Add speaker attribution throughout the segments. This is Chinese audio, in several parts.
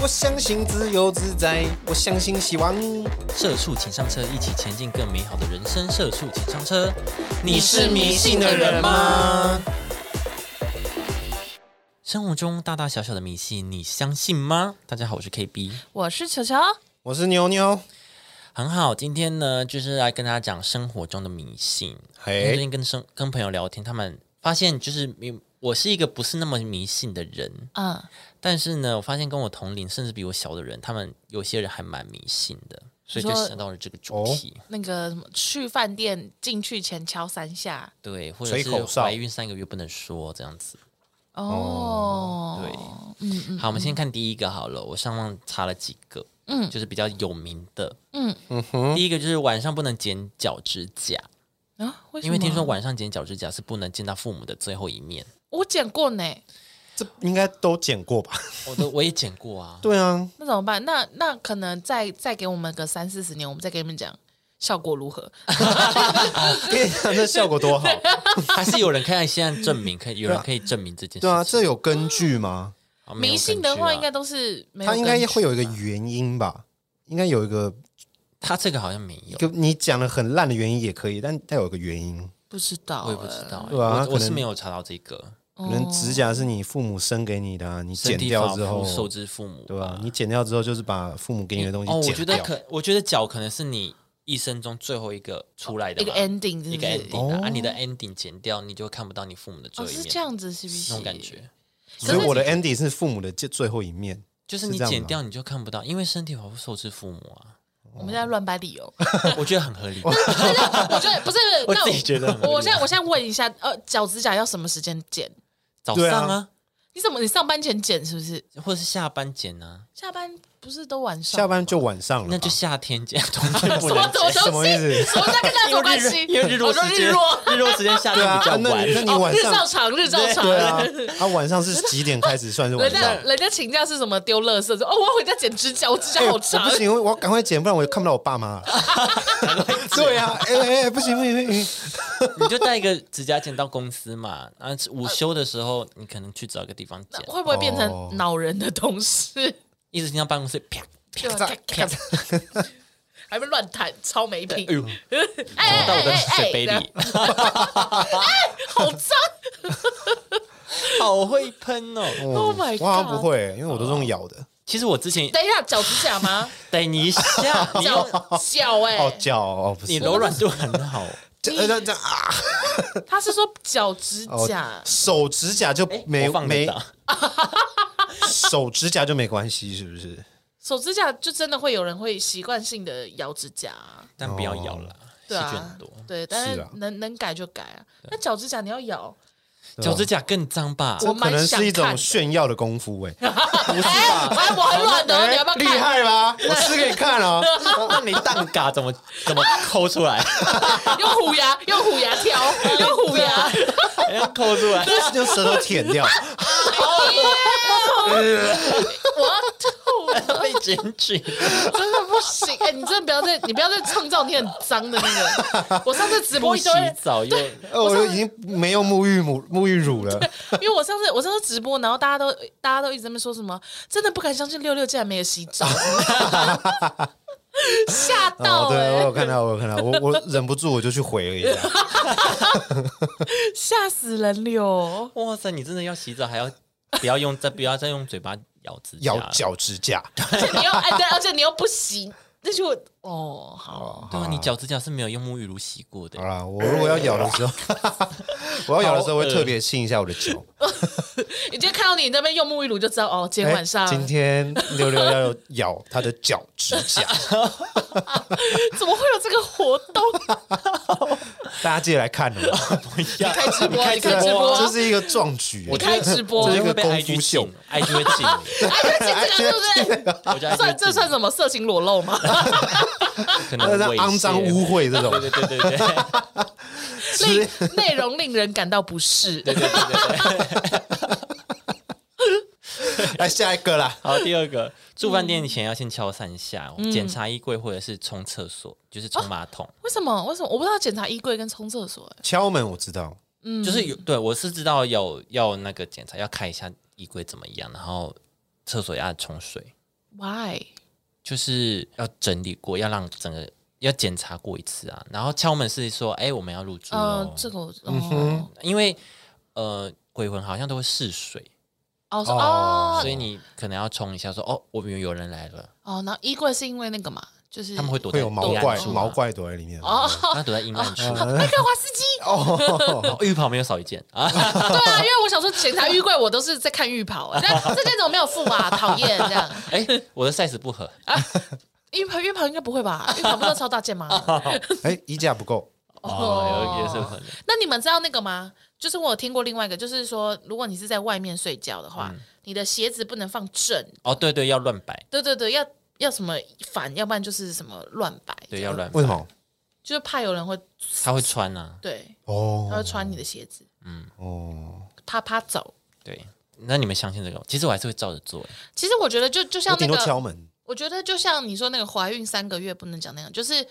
Speaker 1: 我相信自由自在，我相信希望。
Speaker 2: 社畜请上车，一起前进更美好的人生。社畜请上车，
Speaker 1: 你是迷信的人吗？
Speaker 2: 生活中大大小小的迷信，你相信吗？大家好，我是 KB，
Speaker 3: 我是球球，
Speaker 1: 我是牛牛，
Speaker 2: 很好。今天呢，就是来跟大家讲生活中的迷信。因为最
Speaker 1: 嘿，
Speaker 2: 近跟生跟朋友聊天，他们发现就是迷，我是一个不是那么迷信的人，
Speaker 3: 嗯，
Speaker 2: 但是呢，我发现跟我同龄甚至比我小的人，他们有些人还蛮迷信的，所以就
Speaker 3: 你说
Speaker 2: 想到了这个主题。
Speaker 1: 哦
Speaker 3: 那个什么，去饭店进去前敲三下，
Speaker 2: 对，或者
Speaker 1: 随
Speaker 2: 是
Speaker 1: 口哨
Speaker 2: 怀孕三个月不能说这样子。
Speaker 3: 哦，
Speaker 2: 对，
Speaker 3: 嗯嗯
Speaker 2: 好，我们先看第一个好了。我上网查了几个，嗯，就是比较有名的，
Speaker 3: 嗯
Speaker 2: 第一个就是晚上不能剪脚趾甲，
Speaker 3: 啊，为什么？
Speaker 2: 因为听说晚上剪脚趾甲是不能见到父母的最后 一面。
Speaker 3: 我剪过呢，
Speaker 1: 这应该都剪过吧？
Speaker 2: 我都我也剪过 啊，
Speaker 1: 对啊，
Speaker 3: 那怎么办？那那可能再再给我们个三四十年，我们再给你们讲效果如何。
Speaker 1: 跟你讲这啊效果 多好。
Speaker 2: 还是有人可以现在证明，可以有人可以证明这件事情。
Speaker 1: 对啊，这有根据吗？
Speaker 2: 好没有
Speaker 3: 迷信
Speaker 2: 根
Speaker 3: 的
Speaker 2: 据
Speaker 3: 话，
Speaker 2: 啊
Speaker 3: 应该都是没有
Speaker 1: 它
Speaker 3: 根
Speaker 1: 应
Speaker 3: 据，
Speaker 1: 该会有一个原因吧？应该有一个，
Speaker 2: 他这个好像没有，
Speaker 1: 就你讲的很烂的原因也可以，但它有一个原因，
Speaker 3: 不知道，
Speaker 2: 我也不知道啊欸，
Speaker 1: 对啊他
Speaker 2: 我我
Speaker 1: 可
Speaker 2: 是
Speaker 1: 能
Speaker 2: 没有查到这个。
Speaker 3: 哎，
Speaker 1: 可
Speaker 3: 可
Speaker 1: 能指甲是你父母生给你的啊，你剪
Speaker 2: 身体
Speaker 1: 掉
Speaker 2: 发
Speaker 1: 之
Speaker 2: 肤受
Speaker 1: 后，
Speaker 2: 之父母，
Speaker 1: 对吧？你剪掉之后就是把父母给你的东西
Speaker 2: 哦，我觉
Speaker 1: 剪
Speaker 2: 得
Speaker 1: 掉。
Speaker 2: 可，我觉得脚可能是你一生中最后一个出来的
Speaker 3: 哦一个
Speaker 2: 吧
Speaker 3: ending，是
Speaker 2: 一
Speaker 3: 不
Speaker 2: 个
Speaker 3: 是？
Speaker 2: ending
Speaker 1: 哦
Speaker 2: 啊，啊你的 ending 剪掉，你就看不到你父母的最
Speaker 3: 哦，
Speaker 2: 后一
Speaker 3: 是
Speaker 2: 面，
Speaker 3: 这样子，是不是？
Speaker 2: 那种感觉，
Speaker 1: 所以我的 Andy 是父母的最最后一面。
Speaker 2: 就是
Speaker 1: 是
Speaker 2: 你
Speaker 1: 这样
Speaker 2: 剪
Speaker 1: 吗
Speaker 2: 掉你就看不到，因为身体保护受之父母啊，
Speaker 3: 我们在乱掰理由。
Speaker 2: 我觉得很合理。
Speaker 3: 我觉得不是，
Speaker 2: 我
Speaker 3: 那
Speaker 2: 自己觉得很合理
Speaker 3: 我现在我现在问一下，呃，脚趾甲要什么时间剪？
Speaker 2: 早
Speaker 1: 对啊
Speaker 2: 上啊，
Speaker 3: 你怎么你上班前剪是不是？
Speaker 2: 或者是下班剪啊，
Speaker 3: 下班不是都晚上？
Speaker 1: 下班就晚上了吧，
Speaker 2: 那就夏天剪，冬天不
Speaker 3: 什么
Speaker 2: 能
Speaker 3: 什么
Speaker 2: 剪。
Speaker 1: 什
Speaker 3: 东
Speaker 1: 么
Speaker 3: 西
Speaker 1: 意？思
Speaker 3: 什么叫跟它有关系？
Speaker 2: 因为日落
Speaker 3: 我说
Speaker 2: 时间
Speaker 3: 日落，，
Speaker 2: 日落时间夏
Speaker 1: 对
Speaker 2: 天
Speaker 1: 啊
Speaker 2: 比，较
Speaker 1: 啊那
Speaker 2: 晚
Speaker 1: 你。那你晚
Speaker 3: 日照
Speaker 1: 上
Speaker 3: 长，日照长。
Speaker 1: 对啊， 啊晚上是几点开始算是晚
Speaker 3: 人
Speaker 1: 上？
Speaker 3: 家人家请假是什么丢垃圾？说哦，我要回家剪指甲，我指甲
Speaker 1: 哎
Speaker 3: 好
Speaker 1: 我
Speaker 3: 长
Speaker 1: 不。行，我我要赶快剪，不然我就看不到我爸 妈了。对啊，哎哎哎，不行不行不行，
Speaker 2: 你就带一个指甲剪到公司嘛，啊，午休的时候你可能去找一个地方剪，
Speaker 3: 会不会变
Speaker 1: 哦
Speaker 3: 成恼人的同事？
Speaker 2: 一直听到办公室啪
Speaker 3: 对
Speaker 1: 咔
Speaker 3: 吧
Speaker 1: 嚓？
Speaker 3: 咔咔还会乱弹，超没品
Speaker 2: 哎。呦，
Speaker 3: 哎哎
Speaker 2: 到我的
Speaker 3: 哎
Speaker 2: 水杯
Speaker 3: 哎
Speaker 2: 里，
Speaker 3: 好脏！
Speaker 2: 好会喷哦。
Speaker 1: 嗯
Speaker 3: Oh my
Speaker 1: 我好像
Speaker 3: God
Speaker 1: 不会，因为我都是用咬的。
Speaker 2: 其实我之前
Speaker 3: 等一下，脚趾甲 吗？
Speaker 2: 等一下，你
Speaker 3: 脚
Speaker 2: 用
Speaker 3: 脚
Speaker 1: 哦
Speaker 3: 哎，，
Speaker 1: 脚哦，不是，
Speaker 2: 你柔软度很 好，
Speaker 1: 这呃这这啊，
Speaker 3: 他是说脚趾甲
Speaker 1: 哦，手指甲就
Speaker 3: 哎
Speaker 1: 没
Speaker 2: 我放得
Speaker 1: 没
Speaker 2: 到。
Speaker 1: 手指甲就没关系，是不是？
Speaker 3: 手指甲就真的会有人会习惯性的咬指甲啊。
Speaker 2: 但不要咬啦，细
Speaker 3: 对
Speaker 2: 菌
Speaker 3: 啊
Speaker 2: 很多。，
Speaker 3: 对，但
Speaker 1: 是
Speaker 3: 是
Speaker 1: 啊
Speaker 3: 能能改就改啊。那脚趾甲你要咬，
Speaker 1: 对吧
Speaker 2: 脚趾甲更脏吧？
Speaker 3: 我
Speaker 1: 这可
Speaker 3: 蛮
Speaker 1: 能
Speaker 3: 想
Speaker 1: 是一种
Speaker 3: 看的
Speaker 1: 炫耀的功夫哎，
Speaker 3: 哎，哎我很软的，你要不要
Speaker 1: 厉
Speaker 3: 看？
Speaker 1: 害吧？我吃给你看 啊。
Speaker 2: 那你蛋嘎怎么 怎么抠出来？
Speaker 3: 用虎牙，用虎牙挑， 用虎牙，
Speaker 1: 哎
Speaker 2: 要抠出来？
Speaker 1: 用舌头舔掉，
Speaker 3: 我要吐，
Speaker 2: 被检举。
Speaker 3: 真的不行。哎，你真的不要再，你不要再创造你很脏的那个。我上次直 播
Speaker 2: 不
Speaker 3: 一
Speaker 2: 洗
Speaker 3: 堆人
Speaker 2: 澡又
Speaker 1: 呃我已经没有沐浴母沐浴乳了。
Speaker 3: 因为我上次我上次直播，然后大家都大家都一直在那边说什么，真的不敢相信六六竟然没有洗澡， 吓
Speaker 1: 哦，
Speaker 3: 到
Speaker 1: 对，
Speaker 3: 哎、
Speaker 1: 我有看到，我有看到，我我忍不住我就去回了一 下。
Speaker 3: 欸吓死人了哟！
Speaker 2: 哇塞！你真的要洗澡还要不要用再不要再用嘴巴咬指甲？
Speaker 1: 咬脚趾甲，
Speaker 3: 而且你又哎对，而且你又不洗，那就哦好，
Speaker 2: 对啊，啊你脚趾甲是没有用沐浴乳洗过的
Speaker 1: 好。啦，我如果要咬的时候， 我要咬的时候
Speaker 2: 好
Speaker 1: 会
Speaker 2: 恶
Speaker 1: 特别亲一下我的脚。哎
Speaker 3: 你今天看到你那边用沐浴乳就知道哦，今天晚上、
Speaker 1: 哎今天六六要咬他的脚趾 甲，
Speaker 3: 怎么会有这个活动？
Speaker 1: 大家记得来看哦。 啊
Speaker 2: 不要
Speaker 3: 开 直播，你
Speaker 2: 开
Speaker 3: 开直播，
Speaker 1: 这是一个壮举，
Speaker 3: 你开直播
Speaker 2: 我
Speaker 1: 这是
Speaker 2: 觉
Speaker 1: 一
Speaker 2: 得
Speaker 1: 个
Speaker 2: 会被
Speaker 1: 功
Speaker 2: IG
Speaker 1: 夫秀
Speaker 2: 禁。，IG 会禁
Speaker 3: 哎，这这个对不对？
Speaker 2: 我，我觉得 IG 会
Speaker 3: 算这
Speaker 2: 禁
Speaker 3: 算什么色情裸露 吗？
Speaker 2: 可能
Speaker 1: 那 是
Speaker 2: 猥亵
Speaker 1: 肮脏污秽 这种
Speaker 2: 对，对对对对对
Speaker 3: 令内容令人感到不适。
Speaker 2: 对对对。
Speaker 1: 来下一个啦。
Speaker 2: 好，第二
Speaker 3: 嗯
Speaker 2: 个，住饭店前要先敲三下，检查衣柜或者是冲厕所，就是冲马桶，
Speaker 3: 为什么？为什么？我不知道检查衣柜跟冲厕所、欸。
Speaker 1: 敲门我知道，
Speaker 2: 就是有对我是知道有要那个检查，要看一下衣柜怎么样，然后厕所也要冲水，
Speaker 3: Why？
Speaker 2: 就是要整理过，要让整个要检查过一次啊。然后敲门是说，哎、我们要入住
Speaker 3: 呃
Speaker 2: 喽，，
Speaker 3: 这个我
Speaker 2: 嗯
Speaker 3: 哦
Speaker 2: 因为呃鬼魂好像都会试水，
Speaker 3: 哦是
Speaker 1: 哦
Speaker 3: 哦
Speaker 2: 所以你可能要冲一下说，哦，我们有人来了，
Speaker 3: 哦，然后衣柜是因为那个嘛，就是
Speaker 2: 他们会躲
Speaker 1: 会
Speaker 2: 在
Speaker 1: 有毛
Speaker 2: 阴暗
Speaker 1: 怪
Speaker 2: 处啊
Speaker 1: 毛，怪哦躲在里面。哦
Speaker 3: 哦，
Speaker 2: 他躲在 阴暗处，
Speaker 3: 那个华斯基，
Speaker 2: 然后浴袍没有少一件啊，
Speaker 3: 对啊，因为我想说检查浴柜，我都是在看浴袍，欸那这件怎么没有付嘛？讨厌这样，
Speaker 2: 哎、我的 size 不合，
Speaker 3: 浴袍浴袍应该不会吧？浴袍不都超大 件吗？
Speaker 1: 哎，衣架不够，
Speaker 2: 哦，有也是有可能。
Speaker 3: 那你们知道那个吗？就是我有听过另外一个，就是说，如果你是在外面睡觉的
Speaker 1: 嗯
Speaker 3: 话，你的鞋子不能放正，
Speaker 2: 哦，对对，要乱摆，
Speaker 3: 对对对，要要什么反，要不然就是什么乱摆，
Speaker 2: 对，要乱摆，
Speaker 1: 为什么？
Speaker 3: 就是怕有人会
Speaker 2: 他会穿啊，
Speaker 3: 对，他会
Speaker 1: 哦
Speaker 3: 穿你的鞋子，
Speaker 1: 哦，
Speaker 3: 啪啪走。
Speaker 2: 对。那你们相信这个？其实我还是会照着做，欸
Speaker 3: 其实我觉得就就
Speaker 1: 我
Speaker 3: 像那
Speaker 1: 顶多
Speaker 3: 个，
Speaker 1: 敲门。
Speaker 3: 我觉得就像你说那个怀孕三个月不能讲那样，就是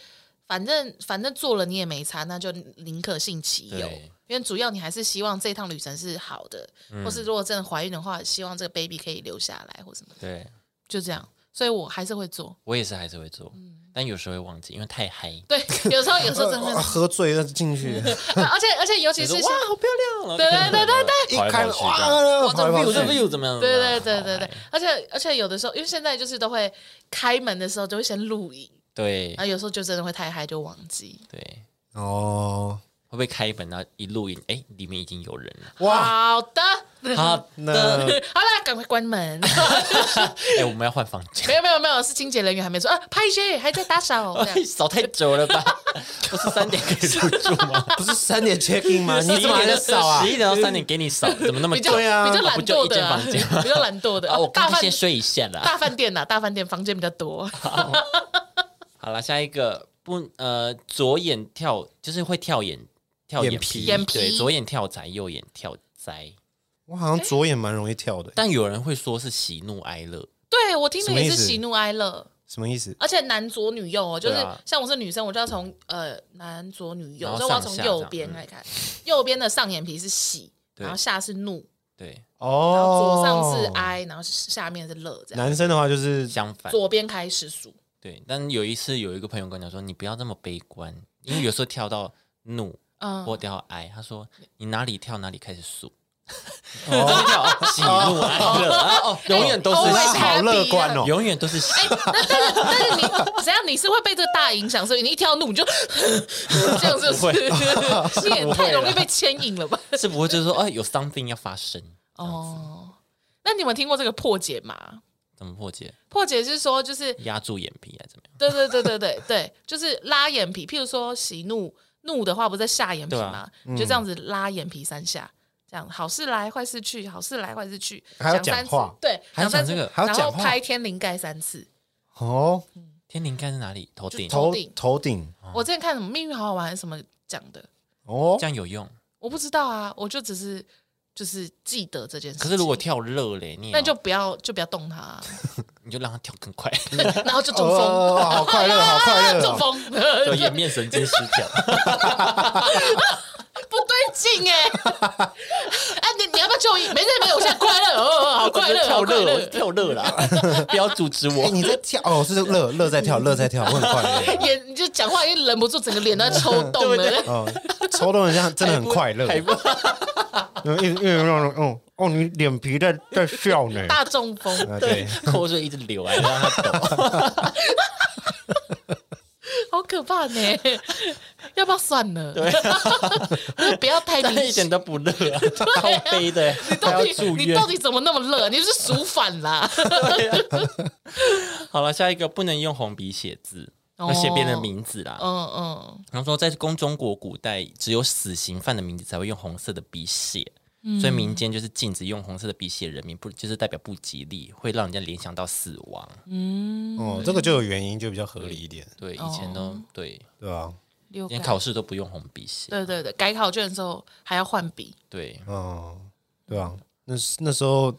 Speaker 3: 反正反正做了你也没差，那就宁可信其有
Speaker 2: 对。
Speaker 3: 因为主要你还是希望这趟旅程是好的，或
Speaker 2: 嗯
Speaker 3: 是如果真的怀孕的话，希望这个 baby 可以留下来或什么的，
Speaker 2: 对
Speaker 3: 就这样。所以我还是会做。
Speaker 2: 我也是还是会做，
Speaker 3: 嗯
Speaker 2: 但有时候会忘记，因为太嗨。
Speaker 3: 对，有时候有时候真的
Speaker 1: 呃喝醉了进去，
Speaker 3: 会，而且而且尤其是
Speaker 2: 就
Speaker 3: 像
Speaker 2: 哇，好漂亮哦！
Speaker 3: 对对对对对
Speaker 1: 一
Speaker 2: 跑来
Speaker 1: 开
Speaker 2: 跑
Speaker 1: 门
Speaker 2: 去
Speaker 1: 哇，
Speaker 2: 这样
Speaker 1: 跑来
Speaker 2: 哇，这
Speaker 1: 跑
Speaker 2: view 这
Speaker 1: 去
Speaker 2: view 怎么样？啊
Speaker 3: 对对对对
Speaker 2: 好
Speaker 3: 对
Speaker 2: 嗨，
Speaker 3: 而且而且有的时候，因为现在就是都会开门的时候就会先录影，
Speaker 2: 对
Speaker 3: 然后有时候就真的会太嗨就忘记。
Speaker 2: 对，
Speaker 1: 哦，
Speaker 2: 会不会开门然后一录影，哎，里面已经有人 了。
Speaker 1: 哇，
Speaker 3: 好的，
Speaker 2: 好
Speaker 1: 那
Speaker 2: 的，
Speaker 3: 好啦，赶快关门。
Speaker 2: 哎，我们要换房间
Speaker 3: 没，有没有没有，是清洁人员还没说啊，拍谁还在打 扫。哦这样
Speaker 2: 哎扫太久了吧？ 不是三点可以入住吗？
Speaker 1: 不是三点 check in 吗？你怎么还在扫啊
Speaker 2: 十？一点到三点给你扫，怎么那么
Speaker 3: 比较
Speaker 2: 久
Speaker 1: 对啊
Speaker 3: 比较
Speaker 2: 啊
Speaker 3: 懒
Speaker 2: 不就
Speaker 3: 惰
Speaker 2: 一间
Speaker 3: 的啊，
Speaker 2: 房间吗
Speaker 3: 比较懒 惰的哦
Speaker 2: 啊？我
Speaker 3: 大
Speaker 2: 刚
Speaker 3: 饭
Speaker 2: 先睡一下啦。
Speaker 3: 大饭店呐， 大饭店房间比较 多。
Speaker 2: 好了，下一个不呃，左眼跳就是会跳眼跳
Speaker 1: 眼
Speaker 2: 皮，
Speaker 1: 皮
Speaker 3: 眼皮
Speaker 2: 对，左眼跳财，右眼跳灾。
Speaker 1: 我好像左眼蛮容易跳的，
Speaker 2: 但有人会说是喜怒哀乐，
Speaker 3: 对我听的也
Speaker 1: 什么意
Speaker 3: 是
Speaker 1: 思
Speaker 3: 喜怒哀乐，
Speaker 1: 什么意思？
Speaker 3: 而且男左女右哦，就是
Speaker 2: 对啊
Speaker 3: 像我是女生，我就要从呃男左女右
Speaker 2: 然，后
Speaker 3: 所以我要
Speaker 2: 上
Speaker 3: 从
Speaker 2: 下
Speaker 3: 右
Speaker 2: 这样
Speaker 3: 边
Speaker 2: 嗯
Speaker 3: 来看，右边的上眼皮是喜，
Speaker 2: 对
Speaker 3: 然后下是怒，
Speaker 2: 对，
Speaker 3: 然后
Speaker 1: 哦，
Speaker 3: 左上是啊哀，然后下面是乐，这样
Speaker 1: 男生的话就是
Speaker 2: 相反，
Speaker 3: 左边开始数。
Speaker 2: 对。但有一次有一个朋友跟我讲说，你不要这么悲观，因为有时候跳到怒
Speaker 3: 嗯，
Speaker 2: 或跳到哀，他说你哪里跳哪里开始数。 哦，跳哦喜怒哀乐啊，哦，永远都是
Speaker 3: 哦
Speaker 2: 喜，
Speaker 1: 好乐观哦，
Speaker 2: 永远都是喜，
Speaker 3: 哎那但是但是你怎样？你是会被这个大影响，所以你一跳怒你就 这样就是， 你也太容易被牵引了吧？
Speaker 2: 是不会就是说，哎，有 something 要发生，
Speaker 3: 哦，那你们听过这个破解吗？
Speaker 2: 怎么破解？
Speaker 3: 破解是说，就是
Speaker 2: 压住眼皮还是怎么样？
Speaker 3: 对对对对对对，就是拉眼皮。譬如说喜怒怒的话，不是在下眼皮
Speaker 2: 对啊
Speaker 3: 吗？
Speaker 1: 嗯
Speaker 3: 你就这样子拉眼皮三下，这样好事来坏事去，好事来坏事去，
Speaker 1: 还要
Speaker 3: 讲
Speaker 1: 讲
Speaker 3: 三次
Speaker 1: 话，
Speaker 3: 对，
Speaker 2: 还要
Speaker 3: 讲三
Speaker 2: 讲这
Speaker 3: 次
Speaker 2: 个
Speaker 1: 还要
Speaker 3: 然
Speaker 1: 讲
Speaker 3: 后
Speaker 1: 话
Speaker 3: 拍天灵盖三次。
Speaker 1: 哦，
Speaker 2: 天灵盖是哪里？头顶
Speaker 3: 就头
Speaker 1: 头
Speaker 3: 顶
Speaker 1: 头顶
Speaker 3: 我之前看什么命运好好玩还是什么讲的，
Speaker 1: 哦
Speaker 2: 这，样有用。
Speaker 3: 我不知道啊，我就只是就是记得这件事情。
Speaker 2: 可是如果跳热嘞，你也哦
Speaker 3: 那
Speaker 2: 要
Speaker 3: 你就不要就不要动它啊、
Speaker 2: 你就让它跳更 快，
Speaker 3: 然后就中风，哎
Speaker 1: 哦，好快 乐，好快乐
Speaker 3: 中
Speaker 1: 哦，
Speaker 3: 风
Speaker 2: 就颜面神经失调。
Speaker 3: 不对劲哎、 哎，你你要不要就医？没事没事，我现在快乐，哦哦，好 快乐，
Speaker 2: 跳
Speaker 3: 好快
Speaker 2: 热，我
Speaker 3: 乐。
Speaker 2: 跳热 啦！不要阻止
Speaker 1: 哎，
Speaker 2: 我。
Speaker 1: 你在跳哦，是乐乐在跳，乐在跳，我很快乐
Speaker 3: 也你就讲话也忍不住，整个脸都在抽动 了。
Speaker 1: 哦，抽动人家真的很快乐，
Speaker 2: 还不
Speaker 1: 嗯，因为因为那种嗯哦，你脸皮在在笑呢，
Speaker 3: 大中风，
Speaker 1: 啊
Speaker 2: 对
Speaker 1: 对，，
Speaker 2: 口水一直流，啊
Speaker 3: 哎
Speaker 2: 还让它抖。
Speaker 3: 好可怕呢！要不要算了？ 不要太
Speaker 2: 但
Speaker 3: 明
Speaker 2: 一点
Speaker 3: 显。
Speaker 2: 都不热啊，超悲的，还
Speaker 3: 到
Speaker 2: 要
Speaker 3: 底
Speaker 2: 住
Speaker 3: 你
Speaker 2: 院
Speaker 3: 到。底怎么那么热？啊你是鼠反 啦！
Speaker 2: 好了，下一个不能用红笔写字，
Speaker 3: 哦
Speaker 2: 要写别人的名字啦。
Speaker 3: 嗯嗯，
Speaker 2: 然后说，在中中国古代，只有死刑犯的名字才会用红色的笔写，所以民间就是禁止用红色的笔写人名，不就是代表不吉利，会让人家联想到死亡。
Speaker 1: 哦，这个就有原因，就比较合理一点，
Speaker 2: 对，以前都对，
Speaker 1: 对吧？
Speaker 3: 六
Speaker 2: 连
Speaker 3: 改
Speaker 2: 考试都不用红笔写。
Speaker 3: 对对对，改考卷的时候还要换笔，
Speaker 2: 对，
Speaker 1: 嗯，对啊，那时那时候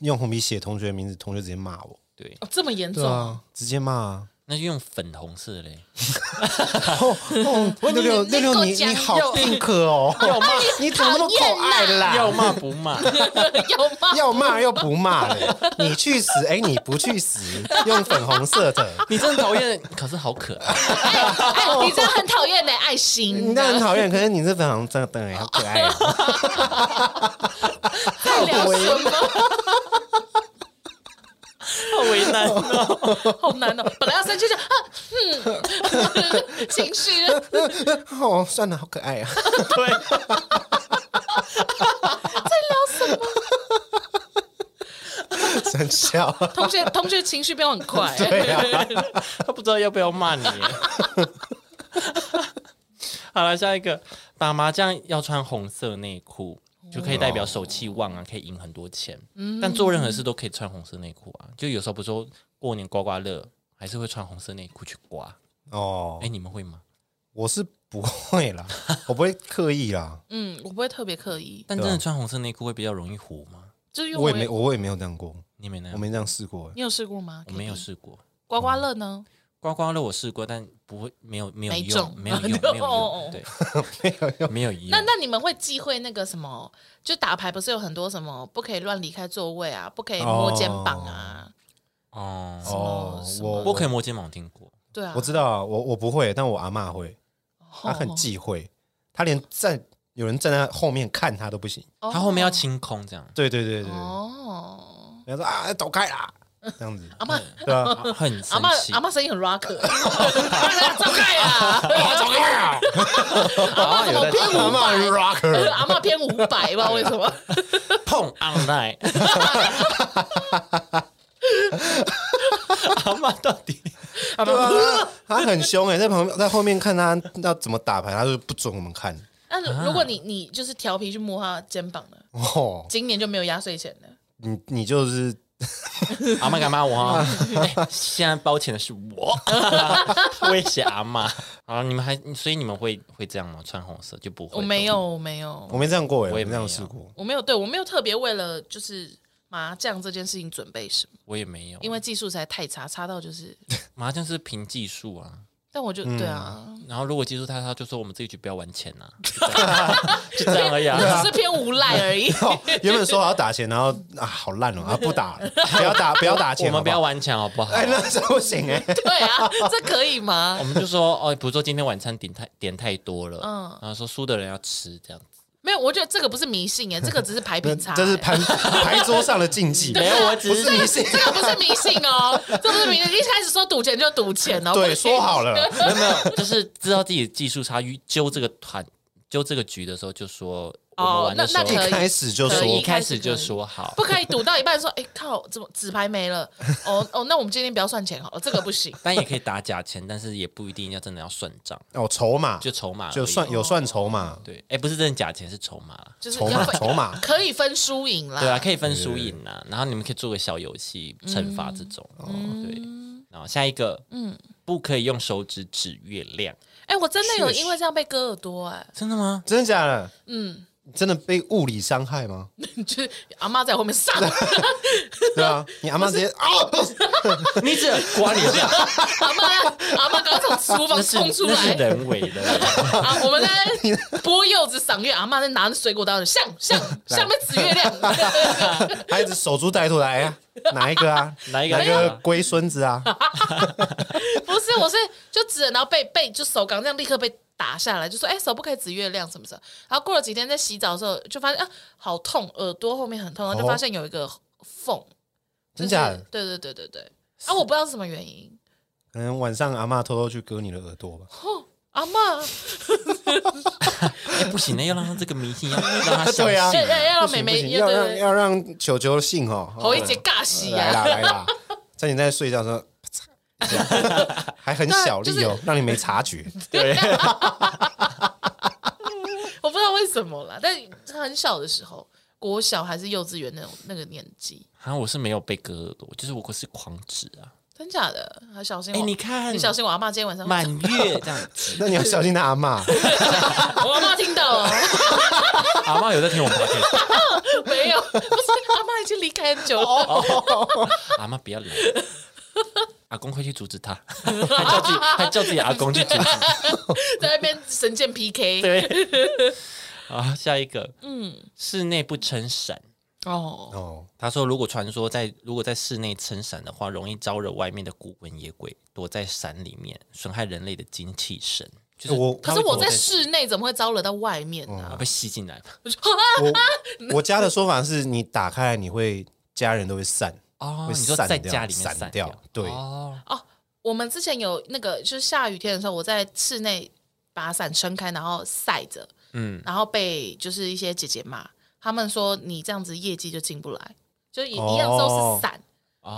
Speaker 1: 用红笔写同学的名字，同学直接骂我，
Speaker 2: 对，
Speaker 3: 哦、这么严重？
Speaker 1: 对啊，直接骂啊，
Speaker 2: 那就用粉红色嘞，
Speaker 1: 哦，六六六六，你你好硬壳 哦，你怎么那么口爱啦？
Speaker 2: 要骂不骂，
Speaker 1: 啊
Speaker 3: 有吗？
Speaker 1: 要骂又不骂的，你去死！哎，你不去死，用粉红色 的，
Speaker 2: 你真的讨厌，可是好可爱，
Speaker 3: 哎，你这样很讨厌的爱心，
Speaker 1: 你那很讨厌。可是你是粉红色的，好可爱哦。
Speaker 3: 在聊什么？
Speaker 2: 好为难哦。
Speaker 3: 好难哦！本来要生气就啊，嗯， 情绪在
Speaker 1: 哦，算了，好可爱啊。
Speaker 2: 对，
Speaker 3: 聊 什么？
Speaker 1: 真 笑。
Speaker 3: 同学，同学情绪变化很快。
Speaker 1: 对啊，
Speaker 2: 他不知道要不要骂你。 好了，下一个打麻将要穿红色内裤，就可以代表手气旺啊，可以赢很多钱。
Speaker 3: 嗯
Speaker 2: 但做任何事都可以穿红色内裤啊，就有时候不是说过年刮刮乐，还是会穿红色内裤去刮。
Speaker 1: 哦
Speaker 2: 哎、，你们会吗？
Speaker 1: 我是不会啦，我不会刻意啦，
Speaker 3: 嗯，我不会特别刻意，
Speaker 2: 但真的穿红色内裤会比较容易糊吗？
Speaker 3: 就是因为
Speaker 1: 我也没，我也没有这样过，
Speaker 2: 你们呢
Speaker 1: 我？没这样试过。
Speaker 3: 你有试过吗？
Speaker 2: 我没有
Speaker 3: Kitty
Speaker 2: 试过。嗯
Speaker 3: 刮刮乐呢？
Speaker 2: 刮刮乐我试过，但不会没有没有
Speaker 3: 没
Speaker 2: 用，
Speaker 3: 中
Speaker 2: 没有用，
Speaker 3: 哦
Speaker 2: 没有用，对，没有用，没有用。
Speaker 3: 那那你们会忌讳那个什么？就打牌不是有很多什么不可以乱离开座位啊，不可以摸肩膀啊，
Speaker 2: 哦，
Speaker 1: 哦
Speaker 3: 什，么
Speaker 1: 我
Speaker 2: 不可以摸肩膀，我听过。
Speaker 3: 对啊，
Speaker 1: 我知道啊，我我不会，但我阿嬷会，
Speaker 3: 哦
Speaker 1: 她很忌讳，她连站有人站在后面看她都不行。
Speaker 3: 哦，
Speaker 2: 他后面要清空这样，
Speaker 1: 对对对对，人
Speaker 3: 哦。
Speaker 1: 家说啊，走开啦，这 样子，
Speaker 3: 阿妈，
Speaker 1: 对啊，
Speaker 2: 啊很
Speaker 3: 阿
Speaker 2: 生
Speaker 3: 妈，
Speaker 2: 气
Speaker 3: 嗯阿。妈声音很 rock，走开啊！ 阿妈怎么偏
Speaker 1: 阿
Speaker 3: 五
Speaker 1: 嬷很
Speaker 3: 百？
Speaker 1: rocker，
Speaker 3: 阿妈偏五百吧？为什么？
Speaker 2: 碰 online，阿妈到底 阿
Speaker 1: 对
Speaker 2: 妈
Speaker 1: 啊，她她很凶哎，在旁边在后面看她要怎么打牌，她就不准我们看。
Speaker 3: 那如果你你就是调皮去摸他肩膀呢？
Speaker 1: 哦，
Speaker 3: 今年就没有压岁钱了。
Speaker 1: 你你就是
Speaker 2: 阿妈敢骂我啊？哎现在包钱的是 我，威胁阿妈。啊，你们还所以你们会会这样吗？穿红色就不会？
Speaker 3: 我没有，我没有，
Speaker 1: 我没这样过哎，
Speaker 2: 我
Speaker 1: 我
Speaker 2: 也
Speaker 1: 没
Speaker 2: 没
Speaker 1: 这
Speaker 2: 有
Speaker 1: 样试过。
Speaker 3: 我没有，对我没有特别为了就是麻将这件事情准备什么，
Speaker 1: 哦
Speaker 2: 我也没有，
Speaker 3: 因
Speaker 2: 为
Speaker 3: 为技术实在太差，差 到就是，
Speaker 2: 麻将是凭技术啊。
Speaker 3: 但我就
Speaker 1: 嗯
Speaker 3: 对啊，
Speaker 2: 然后如果技术他，他就说我们这一局不要玩钱 呐、就这样就这样而已、
Speaker 3: 我
Speaker 2: 啊。
Speaker 3: 只是偏无 赖而已。
Speaker 1: 哦原本说好要打钱，然后啊，好烂哦，啊，不打了，不要 打，不要打
Speaker 2: 我
Speaker 1: 钱，
Speaker 2: 们不要
Speaker 1: 好
Speaker 2: 玩钱好不好
Speaker 1: 好。？哎，那这不行哎，
Speaker 3: 对啊，这可以吗
Speaker 2: 我？们就说哦，比如说今天晚餐点太点太多了，
Speaker 3: 嗯
Speaker 2: 然后说输的人要吃这样子。
Speaker 3: 没有，我觉得这个不是迷信哎，这个只是牌品差 哎，
Speaker 1: 这是牌牌桌上的禁忌，
Speaker 2: 没有，我只
Speaker 1: 不是迷信。
Speaker 3: 这个不是迷信哦，这不是迷信。一开始说赌钱就赌钱哦，
Speaker 1: 对，说好了，
Speaker 2: 没有没有，就是知道自己技术差，揪这个团揪这个局的时候就说我们
Speaker 3: 哦
Speaker 2: 玩的时候，
Speaker 3: 那
Speaker 1: 一
Speaker 3: 那可以
Speaker 1: 开始就
Speaker 3: 可
Speaker 1: 说
Speaker 3: 以
Speaker 2: 一开始就说好
Speaker 3: 不，可以赌到一半说，哎靠，怎么纸牌没了？哦哦，那我们今天不要算钱好了，这个不行。
Speaker 2: 但也可以打假钱，但是也不一定要真的要算账，
Speaker 1: 哦，筹码
Speaker 2: 就筹码而已
Speaker 1: 就算有算筹码，
Speaker 2: 对，哎，不是真的假钱是筹码啦。
Speaker 3: 就是
Speaker 1: 筹
Speaker 3: 要
Speaker 1: 码
Speaker 3: 分
Speaker 1: 筹码
Speaker 3: 可以分输赢啦。
Speaker 2: 对啊，可以分输赢啊，然后你们可以做个小游戏惩罚这种，
Speaker 3: 嗯
Speaker 2: 哦对。然后下一个，嗯，不可以用手指指月亮，
Speaker 3: 哎、我真的有
Speaker 1: 确实
Speaker 3: 因为这样被割耳朵哎、
Speaker 2: 真的吗？
Speaker 1: 真的假的？嗯，真的被物理伤害 吗？
Speaker 3: 就是阿妈在我后面上，
Speaker 1: 对啊，你阿妈 直接啊，
Speaker 2: 你只刮你这样，
Speaker 3: 阿妈阿妈刚从厨
Speaker 2: 那
Speaker 3: 房
Speaker 2: 是
Speaker 3: 冲出
Speaker 2: 那是
Speaker 3: 来
Speaker 2: 人为的。
Speaker 3: 啊！我们在剥柚子赏月，阿妈在拿着水果刀，像像像那指月亮，
Speaker 1: 孩子守株待兔来 啊，哪一个啊？
Speaker 2: 哪一个
Speaker 1: 哪个龟孙子 啊？
Speaker 3: 不是，我是就指着，然后被被就手刚这样立刻被打下来，就说哎、手不可以指月亮什么什么。然后过了几天在洗澡的时候，就发现啊好痛，耳朵后面很痛，然后就发现有一个缝，
Speaker 1: 哦真
Speaker 3: 就是
Speaker 1: 假的？
Speaker 3: 对对对对对，啊我不知道是什么原因，
Speaker 1: 可能晚上阿妈偷偷去割你的耳朵 吧？
Speaker 3: 阿妈。
Speaker 2: 哎，不行，那要让他这个迷信，要让他相
Speaker 1: 对啊
Speaker 2: 信
Speaker 3: 要哎要要
Speaker 1: 不
Speaker 3: 让
Speaker 1: 行
Speaker 3: 妹
Speaker 1: 不
Speaker 3: 妹
Speaker 1: 行
Speaker 3: 对
Speaker 1: 要
Speaker 3: 对
Speaker 1: 让
Speaker 3: 对
Speaker 1: 要让球球信哦，
Speaker 3: 侯一杰尬死
Speaker 1: 来
Speaker 3: 啊！
Speaker 1: 啦来啦，在你在睡觉的时候，啪嚓一下 还很小 力
Speaker 3: 对啊
Speaker 1: 哦，让你没察觉。
Speaker 2: 对，
Speaker 3: 我不知道为什么啦，但很小的时候，国小还是幼稚园那种那个年纪，
Speaker 2: 啊，我是没有被割耳朵，就是我是狂指啊，
Speaker 3: 真假的？还小心我！
Speaker 2: 哎你看
Speaker 3: 啊你小心我阿妈今天晚上，
Speaker 2: 满月这样 指。
Speaker 1: 那你要小心他阿 妈，
Speaker 3: 我阿妈听到了
Speaker 2: 阿妈有在听我们 p o
Speaker 3: 没
Speaker 2: 哦
Speaker 3: 有？不是，阿妈已经离开很久了。
Speaker 2: 阿妈不要来。 阿公会去阻止 他，还叫自己还叫自己阿公去阻止。
Speaker 3: 在那边神剑 PK，
Speaker 2: 对，啊，下一个
Speaker 3: 嗯，
Speaker 2: 室内不撑伞。
Speaker 3: 哦，
Speaker 1: 哦，
Speaker 2: 他说，如果传说在如果在室内撑伞的话，容易招惹外面的孤魂野鬼躲在伞里面，损害人类的精气神。就是
Speaker 1: 我
Speaker 2: 它
Speaker 3: 可
Speaker 2: 会
Speaker 3: 是我
Speaker 2: 躲
Speaker 3: 在室内怎么会招惹到外面呢、
Speaker 2: 啊被吸进来嘛。
Speaker 3: 我啊就
Speaker 1: 我我家的说法是你打开来你会家人都会散，
Speaker 2: 哦，
Speaker 1: 会
Speaker 2: 你说
Speaker 1: 散
Speaker 2: 在
Speaker 1: 掉
Speaker 2: 家里面
Speaker 1: 散
Speaker 2: 散
Speaker 1: 掉对
Speaker 2: 哦，
Speaker 3: 我们之前有那个就是下雨天的时候，我在室内把伞撑开，然后晒着，
Speaker 2: 嗯，
Speaker 3: 然后被就是一些姐姐骂，他们说你这样子业绩就进不来，就一
Speaker 1: 哦
Speaker 3: 一样都是伞，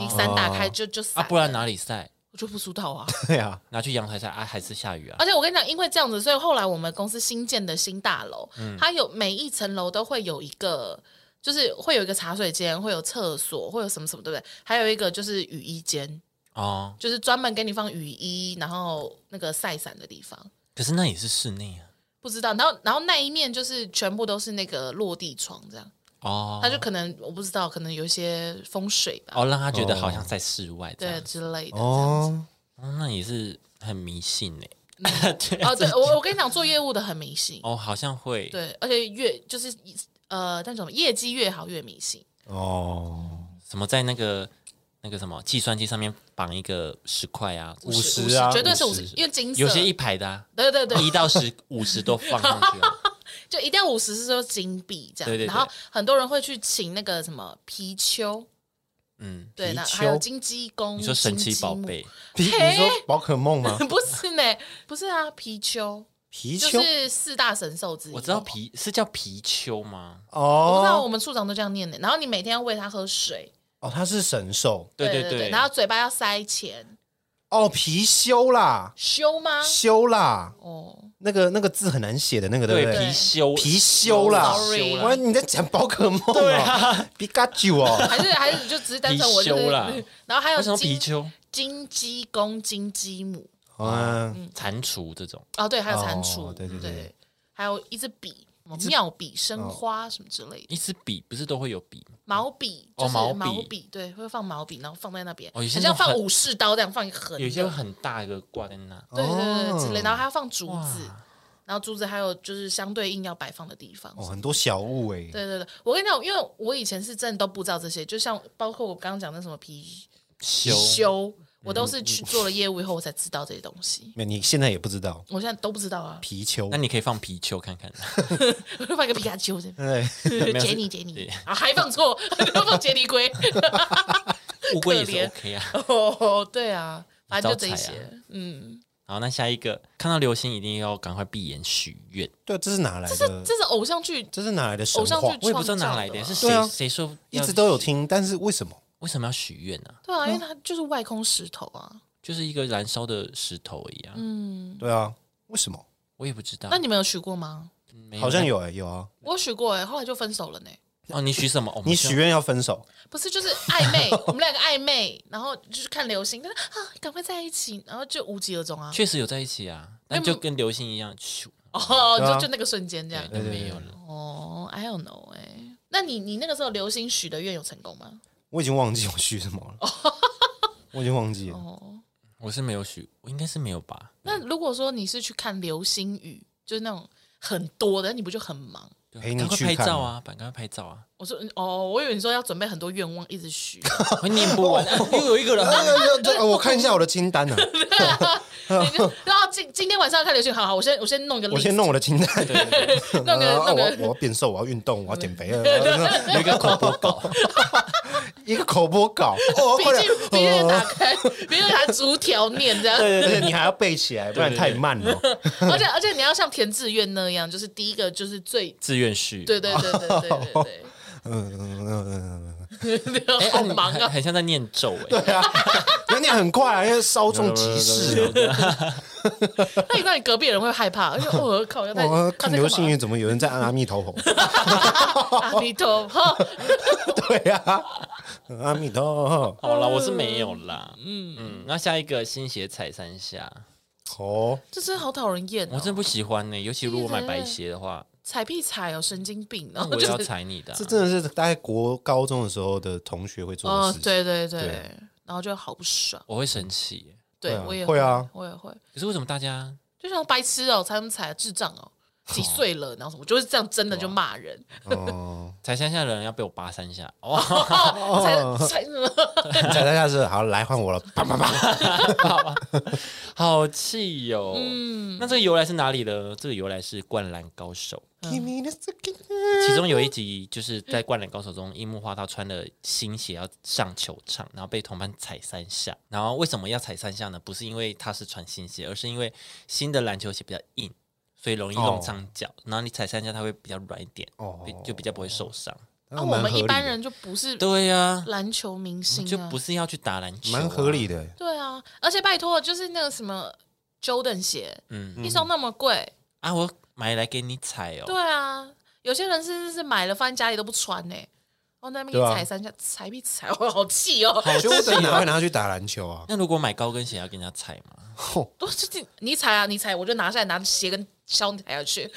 Speaker 3: 你
Speaker 2: 哦
Speaker 3: 伞打开就就
Speaker 2: 啊，
Speaker 3: 伞，
Speaker 2: 不然哪里晒？
Speaker 3: 我就不知道啊。
Speaker 1: 对啊，
Speaker 2: 拿去阳台晒啊，还是下雨啊？
Speaker 3: 而且我跟你讲，因为这样子，所以后来我们公司新建的新大楼，
Speaker 2: 嗯
Speaker 3: 它有每一层楼都会有一个，就是会有一个茶水间，会有厕所，会有什么什么，对不对？还有一个就是雨衣间，
Speaker 2: 哦，
Speaker 3: 就是专门给你放雨衣，然后那个晒伞的地方。
Speaker 2: 可是那也是室内啊。
Speaker 3: 不知道，然后然后那一面就是全部都是那个落地窗这样，
Speaker 2: 哦，
Speaker 3: 他就可能我不知道，可能有一些风水吧，
Speaker 2: 哦，让他觉得好像在室外这
Speaker 3: 对
Speaker 2: 样子。
Speaker 3: 之类的。
Speaker 1: 哦，
Speaker 2: 哦，那也是很迷信哎。 对
Speaker 3: 哦，对我我跟你讲，做业务的很迷信，
Speaker 2: 哦，好像会。
Speaker 3: 对，而且越就是呃那种业绩越好越迷信，
Speaker 1: 哦，
Speaker 2: 什么在那个那个什么计算机上面绑一个十块啊，五
Speaker 1: 十
Speaker 3: 50
Speaker 1: 啊
Speaker 3: 绝对是五
Speaker 1: 50
Speaker 3: 十，因为金色
Speaker 2: 有些一排的、啊，
Speaker 3: 对对对，
Speaker 2: 一到十五十都放上去、 啊。
Speaker 3: 就一定要五十是说金币这样，
Speaker 2: 对对对
Speaker 3: 然后很多人会去请那个什么貔貅，
Speaker 2: 嗯，
Speaker 3: 对，
Speaker 1: 貔
Speaker 3: 那
Speaker 1: 貅
Speaker 3: 还有金鸡公，
Speaker 2: 你说神
Speaker 3: 金
Speaker 2: 奇
Speaker 3: 鸡
Speaker 2: 宝
Speaker 3: 母，
Speaker 2: 贝
Speaker 1: 你你说宝可梦吗？
Speaker 3: 不是呢，不是啊，貔貅
Speaker 1: 貔
Speaker 3: 就
Speaker 1: 貅
Speaker 3: 是四大神兽之一，
Speaker 2: 我知道貔是叫貔貅吗？
Speaker 3: 我不知道
Speaker 1: 哦
Speaker 3: 我们处长都这样念的。然后你每天要喂它喝水，
Speaker 1: 哦，它是神兽
Speaker 2: 对
Speaker 3: 对
Speaker 2: 对
Speaker 3: 然后嘴巴要塞钱，
Speaker 1: 哦，貔貅啦，
Speaker 3: 修吗？
Speaker 1: 貅啦，
Speaker 3: 哦，
Speaker 1: 那个那个字很难写的那个，对
Speaker 2: 对
Speaker 1: 不
Speaker 2: 貔
Speaker 1: 对？
Speaker 2: 貅
Speaker 1: 貔貅啦
Speaker 2: 貔貅
Speaker 1: 我
Speaker 2: 啦啊
Speaker 1: 你在讲宝可梦哦，皮卡丘 哦，
Speaker 3: 还是还是就只是单纯我就
Speaker 2: 貔貅啦
Speaker 3: 是， 然后还有
Speaker 2: 为什么
Speaker 3: 金
Speaker 2: 貔貅
Speaker 3: 金鸡公、金鸡母，
Speaker 1: 嗯，
Speaker 2: 蟾蜍这种？
Speaker 3: 哦对，还有蟾蜍，
Speaker 1: 哦对对对
Speaker 3: 对，还有一支笔，什么妙笔
Speaker 2: 哦
Speaker 3: 生花什么之类的，
Speaker 2: 一支笔不是都会有笔吗？
Speaker 3: 毛笔
Speaker 2: 哦
Speaker 3: 就是
Speaker 2: 毛笔
Speaker 3: 毛笔，对，会放毛笔，然后放在那边，
Speaker 2: 哦有
Speaker 3: 很
Speaker 2: 些那
Speaker 3: 像
Speaker 2: 种
Speaker 3: 放
Speaker 2: 很
Speaker 3: 武士刀这样放一个横的，
Speaker 2: 有些很大一个挂在那。
Speaker 3: 对对对之类，
Speaker 1: 哦
Speaker 3: 然后还要放竹子
Speaker 2: 哇，
Speaker 3: 然后竹子还有就是相对应要摆放的地方
Speaker 1: 哦，，很多小物哎，
Speaker 3: 对对对，我跟你讲，因为我以前是真的都不知道这些，就像包括我刚刚讲的什么貔
Speaker 2: 貅嗯
Speaker 3: 貅，我都是去做了业务以后我才知道这些东西，
Speaker 1: 没你现在也不知道
Speaker 3: 我现在都不知道啊。
Speaker 1: 貔貅
Speaker 2: 那，你可以放貔貅 看看，
Speaker 3: 我 就放一个皮卡丘这边，
Speaker 1: 对，
Speaker 2: 哎没有
Speaker 3: 杰尼
Speaker 2: 是
Speaker 3: 杰尼
Speaker 2: 对
Speaker 3: 啊，还放错， 放杰尼龟。
Speaker 2: 乌龟也
Speaker 3: 可
Speaker 2: 是
Speaker 3: 怜
Speaker 2: OK 啊。
Speaker 3: 哦，对啊，反正就这
Speaker 2: 招财啊
Speaker 3: 些，嗯，
Speaker 2: 好，那下一个看到流星一定要赶快闭眼许愿。
Speaker 1: 对，这是哪来
Speaker 3: 这
Speaker 2: 嗯
Speaker 1: 的？
Speaker 3: 这是偶像剧，
Speaker 1: 这是哪来的神
Speaker 3: 偶像
Speaker 1: 话？
Speaker 3: 剧
Speaker 2: 我也不知道哪来
Speaker 3: 创
Speaker 2: 的，
Speaker 3: 造
Speaker 2: 是
Speaker 3: 的
Speaker 2: 谁
Speaker 1: 对啊
Speaker 2: 谁说
Speaker 1: 一
Speaker 2: 要
Speaker 1: 直都有听，但是为什么？
Speaker 2: 为什么要许愿呢？
Speaker 3: 对啊，因为它就是外空石头啊。
Speaker 2: 就是一个燃烧的石头一样，
Speaker 3: 嗯，
Speaker 1: 对啊，为什么？
Speaker 2: 我也不知道
Speaker 3: 那。你们有许过吗？
Speaker 2: 没
Speaker 1: 好像有哎，有啊，
Speaker 3: 我有许过哎，后来就分手了呢。
Speaker 2: 哦，你许什么？哦
Speaker 1: 你许愿要分手，
Speaker 3: 不是，就是暧昧，我们两个暧昧，然后就是看流星，但是啊，赶快在一起，然后就无疾而终啊。
Speaker 2: 确实有在一起啊，但就跟流星一样，咻，
Speaker 3: 哦，
Speaker 1: 对啊
Speaker 3: 就就那个瞬间这样
Speaker 2: 对，。就没有了。
Speaker 3: 哦，I don't know，哎、那你你那个时候流星许的愿有成功吗？
Speaker 1: 我已经忘记我许什么 了，我已经忘记了。
Speaker 3: 哦，
Speaker 2: 我是没有许，我应该是没有吧？
Speaker 3: 那如果说你是去看流星雨，就是那种很多的，那你不就很忙？
Speaker 2: 对
Speaker 1: 陪你
Speaker 2: 赶快
Speaker 1: 去
Speaker 2: 拍
Speaker 1: 看
Speaker 2: 照啊，赶快拍照啊，
Speaker 3: 我说嗯哦，我以为你说要准备很多愿望一直 许，
Speaker 2: 会念不完，啊 又有一个人
Speaker 1: 哎呀呀这我看一下我的清单 啊，
Speaker 3: 你就然后今今天晚上要看流星，好好，我先我先弄一个 list，
Speaker 1: 我先弄我的清单。
Speaker 3: 弄
Speaker 1: 啊
Speaker 3: 个弄
Speaker 1: 我要
Speaker 3: 个
Speaker 1: 我要变瘦，我要运动，我要减肥， 呃
Speaker 2: 有一个口播稿，
Speaker 1: 一个口播稿，哦，
Speaker 3: 笔
Speaker 1: 快
Speaker 3: 记笔记本
Speaker 1: 点，
Speaker 3: 打
Speaker 1: 哦
Speaker 3: 开，笔记本打开逐条念这 样。
Speaker 1: 对对对，你还要背起来，不然太慢了。
Speaker 3: 而且而且你要像填志愿那样，就是第一个就是最
Speaker 2: 自愿许。
Speaker 3: 对对对对对 对
Speaker 1: 嗯嗯嗯嗯嗯，
Speaker 3: 对，
Speaker 2: 哎，
Speaker 3: 好忙
Speaker 2: 很
Speaker 3: 啊！
Speaker 2: 很像在念咒哎。
Speaker 1: 对啊，那你很快啊，因为稍纵即 逝。啊哎
Speaker 3: 那你那你隔壁的人会害怕，而且我靠，要在
Speaker 1: 我
Speaker 3: 他
Speaker 1: 哦看
Speaker 3: 在
Speaker 1: 流
Speaker 3: 干
Speaker 1: 星
Speaker 3: 嘛
Speaker 1: 雨怎么有人在按阿弥陀 佛？
Speaker 3: 阿弥 陀佛，
Speaker 1: 对啊，阿弥陀佛。
Speaker 2: 好了，我是没有啦。嗯嗯，那下一个新鞋踩三下，
Speaker 1: 哦，
Speaker 3: 这真的好讨人厌
Speaker 2: 我
Speaker 3: 哦！
Speaker 2: 真的不喜欢欸呢，尤其如果买白鞋的话，
Speaker 3: 踩屁踩哦，神经病！然
Speaker 2: 那
Speaker 3: 后
Speaker 2: 我也
Speaker 3: 就
Speaker 2: 要
Speaker 3: 是
Speaker 2: 踩你的啊。
Speaker 1: 这真的是大概国高中的时候的同学会做的
Speaker 3: 哦
Speaker 1: 事，情。
Speaker 3: 对对对
Speaker 1: 对
Speaker 3: 然后就好不爽。
Speaker 2: 我会生气耶。
Speaker 1: 对
Speaker 3: 对
Speaker 1: 啊
Speaker 3: 我也
Speaker 1: 会啊
Speaker 3: 我也会，
Speaker 2: 可是为什么大家
Speaker 3: 就像白痴哦，才那么才智障 哦，几岁了，然后什么，我就是这样真的
Speaker 1: 啊
Speaker 3: 就骂人，
Speaker 1: 哦，
Speaker 2: 才乡 下的人要被我扒三下？哇，
Speaker 1: 哦
Speaker 3: 才呃才
Speaker 1: 再来下次好来换我 了，啪啪啪，
Speaker 2: 好气哟、
Speaker 3: 嗯
Speaker 2: 那这个由来是哪里呢？这个由来是《灌篮高手》。其中有 一集就是在《灌篮高手》中，樱木花道穿了新鞋要上球场，然后被同伴踩三下。然后为什么要踩三下呢？不是因为他是穿新鞋，而是因为新的篮球鞋比较硬，所以容易弄伤脚。然后你踩三下，它会比较软一点，
Speaker 1: 哦
Speaker 2: 比就比较不会受伤。
Speaker 1: 那
Speaker 3: 啊，我
Speaker 1: 蛮合
Speaker 3: 们
Speaker 1: 理
Speaker 3: 一
Speaker 1: 的
Speaker 3: 般人就不是
Speaker 2: 对呀、
Speaker 3: 篮球明星啊，
Speaker 2: 就不是要去打篮球、啊
Speaker 1: 蛮合理
Speaker 2: 的。
Speaker 1: 的，
Speaker 3: 对啊，而且拜托，就是那个什么 Jordan 鞋，
Speaker 2: 嗯
Speaker 3: 一双那么贵，
Speaker 2: 啊，我买来给你踩哦。
Speaker 3: 对啊，有些人甚至是买了放在家里都不穿呢、哦，那边给
Speaker 1: 对
Speaker 3: 你
Speaker 1: 啊
Speaker 3: 踩三下，踩必踩，我好气哦！
Speaker 1: 就我哪会拿去打篮球啊？
Speaker 2: 那如果买高跟鞋要给人家踩吗？
Speaker 3: 我就是你踩啊，你踩，我就拿下来，拿鞋跟削你踩下 去，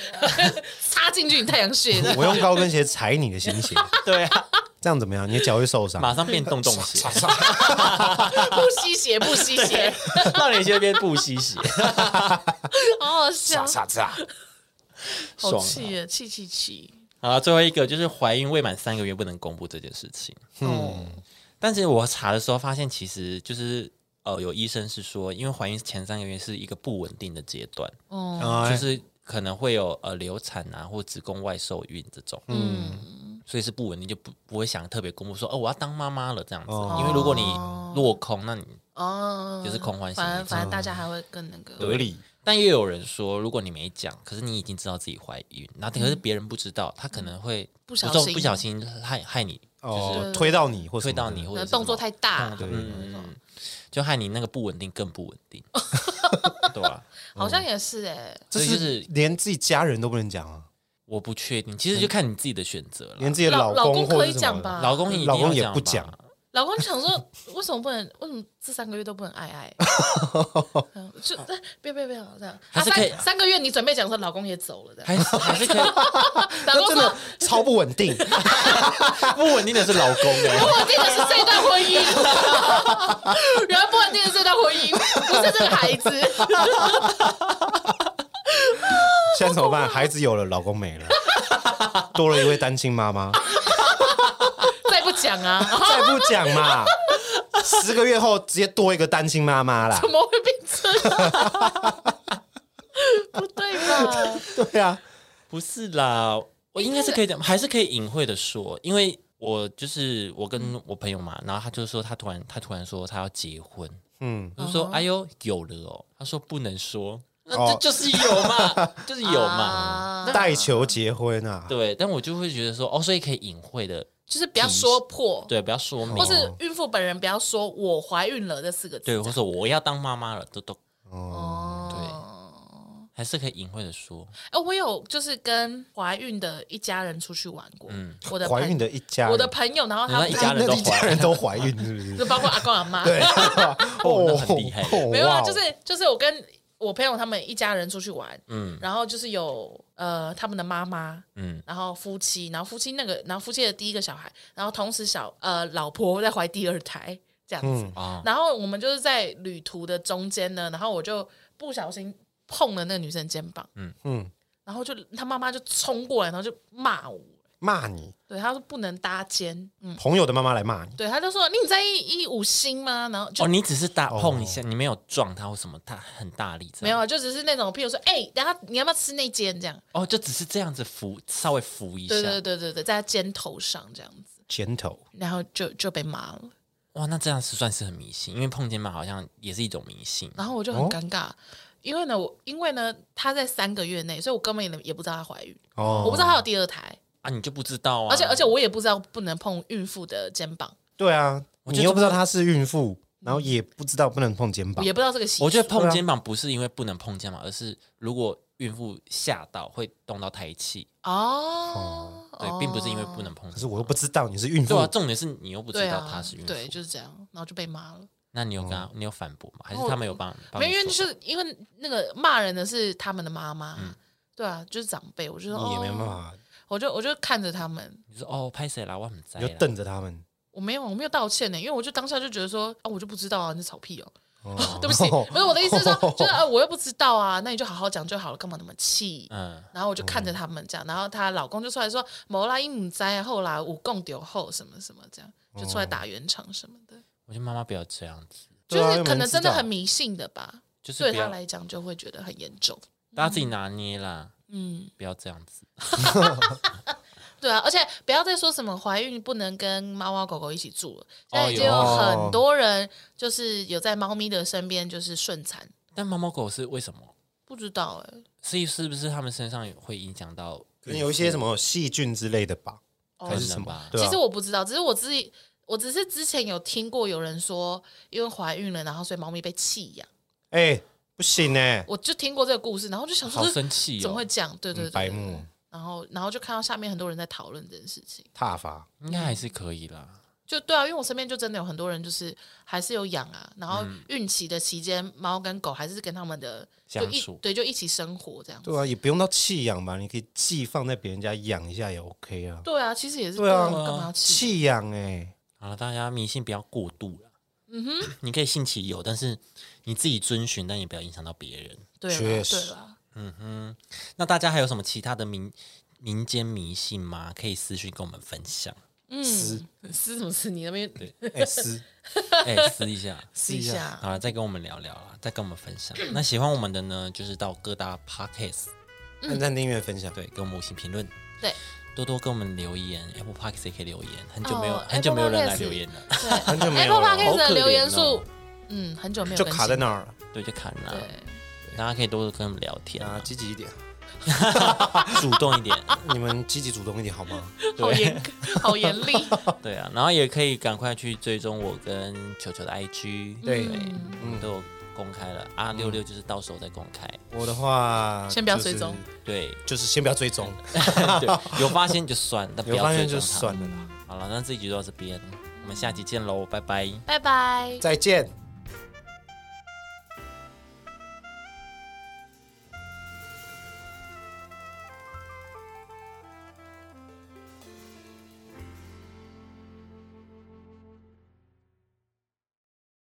Speaker 3: 插进去你太阳穴的。
Speaker 1: 我用高跟鞋踩你的新鞋，
Speaker 2: 对啊，
Speaker 1: 这样怎么样？你的脚会受伤。
Speaker 2: 马上变洞洞鞋，
Speaker 3: 不吸血，不吸血，
Speaker 2: 让你先变不吸血，
Speaker 3: 哦好好笑，
Speaker 1: 傻傻，
Speaker 3: 好
Speaker 2: 爽
Speaker 3: 气耶，气气气！
Speaker 2: 啊！好最后一个就是怀孕未满三个月不能公布这件事情。
Speaker 1: 哦
Speaker 3: 嗯，
Speaker 2: 但是我查的时候发现，其实就是呃，有医生是说，因为怀孕前三个月是一个不稳定的阶段，
Speaker 3: 哦，
Speaker 2: 嗯
Speaker 1: 就
Speaker 2: 就是可能会有呃流产啊或子宫外受孕这种，
Speaker 3: 嗯，
Speaker 2: 所以是不稳定，就不不会想特别公布说哦我要当妈妈了这样子，
Speaker 1: 哦
Speaker 2: 因为如果你落空，那你
Speaker 3: 哦，
Speaker 2: 就是空欢喜
Speaker 3: 反
Speaker 2: 那
Speaker 3: 正
Speaker 2: 种
Speaker 3: 反正大家还会更那
Speaker 1: 合
Speaker 3: 个，
Speaker 1: 理。
Speaker 2: 但又有人说，如果你没讲，可是你已经知道自己怀孕，然后可是
Speaker 1: 嗯
Speaker 2: 别人不知道，他可能会
Speaker 3: 嗯不小
Speaker 2: 中
Speaker 3: 心
Speaker 2: 不小心害害你，就
Speaker 1: 哦
Speaker 2: 是，
Speaker 1: 推到你或什
Speaker 2: 推
Speaker 1: 么的
Speaker 2: 到你，或者
Speaker 3: 可能
Speaker 2: 是
Speaker 3: 动作
Speaker 2: 什么
Speaker 3: 太大，
Speaker 1: 对，
Speaker 2: 嗯，就害你那个不稳定更不稳 定， 对
Speaker 1: 啊
Speaker 2: 吧、
Speaker 3: 好像也是哎、
Speaker 1: 这
Speaker 2: 所以就是是
Speaker 1: 连自己家人都不能讲啊，
Speaker 2: 我不确定，其实就看你自己的选择了
Speaker 1: 连。自己的
Speaker 3: 老
Speaker 1: 公
Speaker 3: 老公
Speaker 1: 或
Speaker 3: 可
Speaker 1: 者
Speaker 3: 以
Speaker 1: 是什
Speaker 3: 讲
Speaker 1: 么的
Speaker 3: 吧
Speaker 2: 老公一
Speaker 1: 嗯
Speaker 2: 定
Speaker 1: 老公
Speaker 2: 要
Speaker 1: 也
Speaker 2: 讲
Speaker 1: 不
Speaker 2: 吧
Speaker 1: 讲，
Speaker 3: 老公就想说， 为什么不能？为什么这三个月都不能爱 爱？嗯就哎不要不要不要这样。
Speaker 2: 还
Speaker 3: 啊，
Speaker 2: 是可以
Speaker 3: 三三个月你准备讲说，老公也走了这样。
Speaker 2: 还是还是可以
Speaker 3: 老
Speaker 1: 那
Speaker 3: 公
Speaker 1: 真
Speaker 3: 说
Speaker 1: 的，超不稳定。
Speaker 2: 不稳定的是老公哎、
Speaker 3: 不稳定的是这段婚姻，原来不稳定的是这段婚姻，不是这个孩子。
Speaker 1: 现在怎么办？孩子有了，老公没了，多了一位单亲妈妈，
Speaker 3: 再不讲啊，
Speaker 1: 再不讲嘛，十个月后直接多一个单亲妈妈啦
Speaker 3: 怎。么会变这样？不 对吧？
Speaker 1: 对啊，
Speaker 2: 不是啦，我应该是可以讲，还是可以隐晦的说，因为我就是我跟我朋友嘛，然后他就说他突然他突然说他要结婚，
Speaker 1: 嗯，
Speaker 2: 我就说哎呦有了哦，他说不能说，嗯那
Speaker 1: 哦
Speaker 2: 这就是有嘛， 就是有嘛，
Speaker 3: 啊
Speaker 1: 带球结婚啊，
Speaker 2: 对，但我就会觉得说哦，所以可以隐晦的，
Speaker 3: 就是不要说破，
Speaker 2: 对，不要说明
Speaker 3: 或，是孕妇本人不要说“我怀孕了”这四个字。
Speaker 2: 对，或者我要当妈妈了，都都
Speaker 3: 哦，
Speaker 2: 还是可以隐晦的说，
Speaker 3: 哎、我有就是跟怀孕的一家人出去玩过，
Speaker 2: 嗯
Speaker 3: 我的朋
Speaker 1: 怀孕的一家人，
Speaker 3: 我的朋友，然后他
Speaker 2: 你
Speaker 3: 们
Speaker 2: 那一家人都
Speaker 1: 那一家人都怀孕是不是？
Speaker 3: 就包括阿公阿妈，
Speaker 1: 对，
Speaker 2: 哦那很厉害
Speaker 1: 哦
Speaker 3: 没有啊，
Speaker 1: 哇哦
Speaker 3: 就是就是我跟我朋友他们一家人出去玩，
Speaker 2: 嗯
Speaker 3: 然后就是有呃他们的妈妈，
Speaker 2: 嗯，
Speaker 3: 然后夫妻，然后夫妻那个，然后夫妻的第一个小孩，然后同时小呃老婆在怀第二胎这样子，
Speaker 1: 嗯
Speaker 2: 啊，
Speaker 3: 然后我们就是在旅途的中间呢，然后我就不小心碰了那个女生肩膀，
Speaker 1: 嗯，
Speaker 3: 然后就她妈妈就冲过来，然后就骂我。
Speaker 1: 骂你
Speaker 3: 对，他说不能搭肩，嗯，
Speaker 1: 朋友的妈妈来骂你，
Speaker 3: 对，他就说你在意一五星吗？然后就、
Speaker 2: 哦，你只是打碰一下，你没有撞他或什么，他很大力，这样
Speaker 3: 没有，啊就只是那种，譬如说，哎、等下你要不要吃那间这样？
Speaker 2: 哦，就只是这样子扶，稍微扶一下。
Speaker 3: 对对对对对，在他肩头上这样子，
Speaker 1: 前头
Speaker 3: 然后就就被骂了，
Speaker 2: 哇，那这样是算是很迷信，因为碰肩膀好像也是一种迷信。
Speaker 3: 然后我就很
Speaker 1: 哦
Speaker 3: 尴尬，因为呢，我因为呢，她在三个月内，所以我根本也也不知道她怀孕，
Speaker 1: 哦，
Speaker 3: 我不知道她有第二胎，
Speaker 2: 啊，你就不知道啊，
Speaker 3: 而且而且我也不知道不能碰孕妇的肩膀，
Speaker 1: 对啊，
Speaker 2: 觉得
Speaker 1: 你又不知道她是孕妇，然后也不知道不能碰肩
Speaker 3: 我
Speaker 1: 膀
Speaker 3: 也，不知道这个习俗。
Speaker 2: 我觉
Speaker 1: 啊
Speaker 2: 得碰肩膀不是因为不能碰肩膀，而是如果孕妇吓到会动到胎气，
Speaker 3: 哦，
Speaker 2: 对，并不是因为不能碰
Speaker 1: 哦可
Speaker 2: 肩
Speaker 1: 是
Speaker 2: 膀。
Speaker 1: 我又不知道你是孕妇
Speaker 2: 对，啊，重点是你又不知
Speaker 3: 对
Speaker 2: 道
Speaker 3: 啊，
Speaker 2: 她是孕妇，
Speaker 3: 对，就是这样，然后就被骂了。
Speaker 2: 那你有跟她，你有反驳吗？还是
Speaker 3: 哦
Speaker 2: 他们有帮？帮
Speaker 3: 没
Speaker 2: 你
Speaker 3: 有，因为就
Speaker 2: 说
Speaker 3: 是因为那个骂人的是他们的妈妈，
Speaker 2: 嗯
Speaker 3: 对啊，就是长辈，我就说
Speaker 1: 你也没办
Speaker 3: 哦，
Speaker 1: 法，
Speaker 3: 我就我就看着他们，
Speaker 2: 你说哦，拍谁啦？我很在
Speaker 1: 你就
Speaker 2: 啦，
Speaker 1: 瞪着他们，
Speaker 3: 我没有，我没有道歉呢，因为我就当下就觉得说啊，我就不知道啊，你在吵屁哦。
Speaker 1: 哦
Speaker 3: 对不起，不是我的意思是说，就是啊，我又不知道啊，那你就好好讲就好了，干嘛那么气？
Speaker 2: 嗯，
Speaker 3: 然后我就看着他们这样，然后她老公就出来说某啦一母灾啊后啦五共丢后什么什么这样，就出来打圆场什么的，
Speaker 2: 我觉得妈妈不要这样子，
Speaker 3: 就
Speaker 1: 对啊
Speaker 3: 是可能真的很，
Speaker 1: 又没人知道
Speaker 3: 迷信的吧，
Speaker 2: 就是
Speaker 3: 对
Speaker 2: 不
Speaker 3: 她
Speaker 2: 要
Speaker 3: 来讲就会觉得很严重。
Speaker 2: 大家自己拿捏啦，
Speaker 3: 嗯，
Speaker 2: 不要这样子。
Speaker 3: 对啊，而且不要再说什么怀孕不能跟猫猫狗狗一起住了，
Speaker 2: 哦
Speaker 3: 现在已经
Speaker 2: 有
Speaker 3: 有很多人就是有在猫咪的身边就是顺产，
Speaker 2: 但猫猫狗是为什么？
Speaker 3: 不知道哎、
Speaker 2: 是是不是他们身上也会影响到？
Speaker 1: 可能有一些什么细菌之类的吧，
Speaker 3: 哦
Speaker 1: 还是什
Speaker 2: 可能
Speaker 1: 么
Speaker 2: 吧？
Speaker 1: 对啊
Speaker 3: 其实我不知道，只是我自己，我只是之前有听过有人说，因为怀孕了，然后所以猫咪被弃养，
Speaker 1: 哎不行呢，
Speaker 3: 我就听过这个故事，然后就想说
Speaker 2: 好，生气
Speaker 3: 怎
Speaker 2: 哦
Speaker 3: 么会！这样？对对对，
Speaker 1: 白
Speaker 3: 对
Speaker 1: 目
Speaker 3: 然后，然后就看到下面很多人在讨论这件事情，
Speaker 1: 踏伐，
Speaker 2: 应
Speaker 3: 嗯
Speaker 2: 该还是可以啦。
Speaker 3: 就对啊，因为我身边就真的有很多人就是还是有养啊，然后
Speaker 1: 嗯
Speaker 3: 孕期的期间，猫跟狗还是跟他们的就一
Speaker 2: 相处
Speaker 3: 对就一起生活这样子。
Speaker 1: 对啊，也不用到弃养吧，你可以寄放在别人家养一下也 OK 啊，
Speaker 3: 对啊，其实也是
Speaker 1: 对啊
Speaker 3: 干嘛要弃？
Speaker 1: 弃养哎，
Speaker 2: 好了，大家迷信不要过度了。嗯哼，你可以信其有，但是你自己遵循，但也不要影响到别人。
Speaker 3: 对啊啦
Speaker 1: 确实
Speaker 3: 对啦，
Speaker 2: 那大家还有什么其他的民民间迷信吗？可以私讯跟我们分享，
Speaker 3: 嗯
Speaker 1: 撕
Speaker 3: 撕什么撕？你那边
Speaker 1: 哎撕
Speaker 2: 哎、私一下，
Speaker 3: 撕一下啊
Speaker 2: 好了，再跟我们聊聊啦，再跟我们分享。那喜欢我们的呢，就是到各大 podcast
Speaker 3: 嗯
Speaker 1: 按赞订阅分享，
Speaker 2: 对，给我们五星评论，
Speaker 3: 对。
Speaker 2: 多多跟我们留言，Apple Podcast 也可以留言，很久没有、
Speaker 3: 哦
Speaker 2: 很久没有人
Speaker 3: Apple
Speaker 2: 来
Speaker 3: Podcast
Speaker 2: 留言了，
Speaker 3: 对
Speaker 1: 很久没有
Speaker 3: ，Apple
Speaker 1: 了
Speaker 3: Podcast
Speaker 2: 好
Speaker 3: 的
Speaker 2: 可
Speaker 3: 留
Speaker 2: 怜
Speaker 3: 言
Speaker 2: 哦
Speaker 3: 数，嗯，很久没有
Speaker 1: 就
Speaker 3: 更
Speaker 1: 卡
Speaker 3: 新
Speaker 1: 在那儿了，
Speaker 2: 对，就看啦
Speaker 3: 对，，
Speaker 2: 大家可以多多跟我们聊天
Speaker 1: 啊
Speaker 2: 啊，
Speaker 1: 积极一点，
Speaker 2: 主动一点，
Speaker 1: 你们积极主动一点好吗？
Speaker 3: 好严，好严厉。
Speaker 2: 对啊，然后也可以赶快去追踪我跟球球的 IG，
Speaker 1: 对
Speaker 2: 嗯，都有公开了啊，六六就是到时候再公开，
Speaker 1: 我的话
Speaker 3: 先不要
Speaker 1: 就是
Speaker 3: 追踪
Speaker 2: 对，
Speaker 1: 就是先不要追踪，
Speaker 2: 对， 有发现就算，但不
Speaker 1: 有
Speaker 2: 要
Speaker 1: 发
Speaker 2: 追
Speaker 1: 现
Speaker 2: 踪
Speaker 1: 就
Speaker 2: 它
Speaker 1: 算。了啦，
Speaker 2: 好了，那这一集就到这边，我们下集见喽，拜拜。
Speaker 3: 拜拜。
Speaker 1: 再见。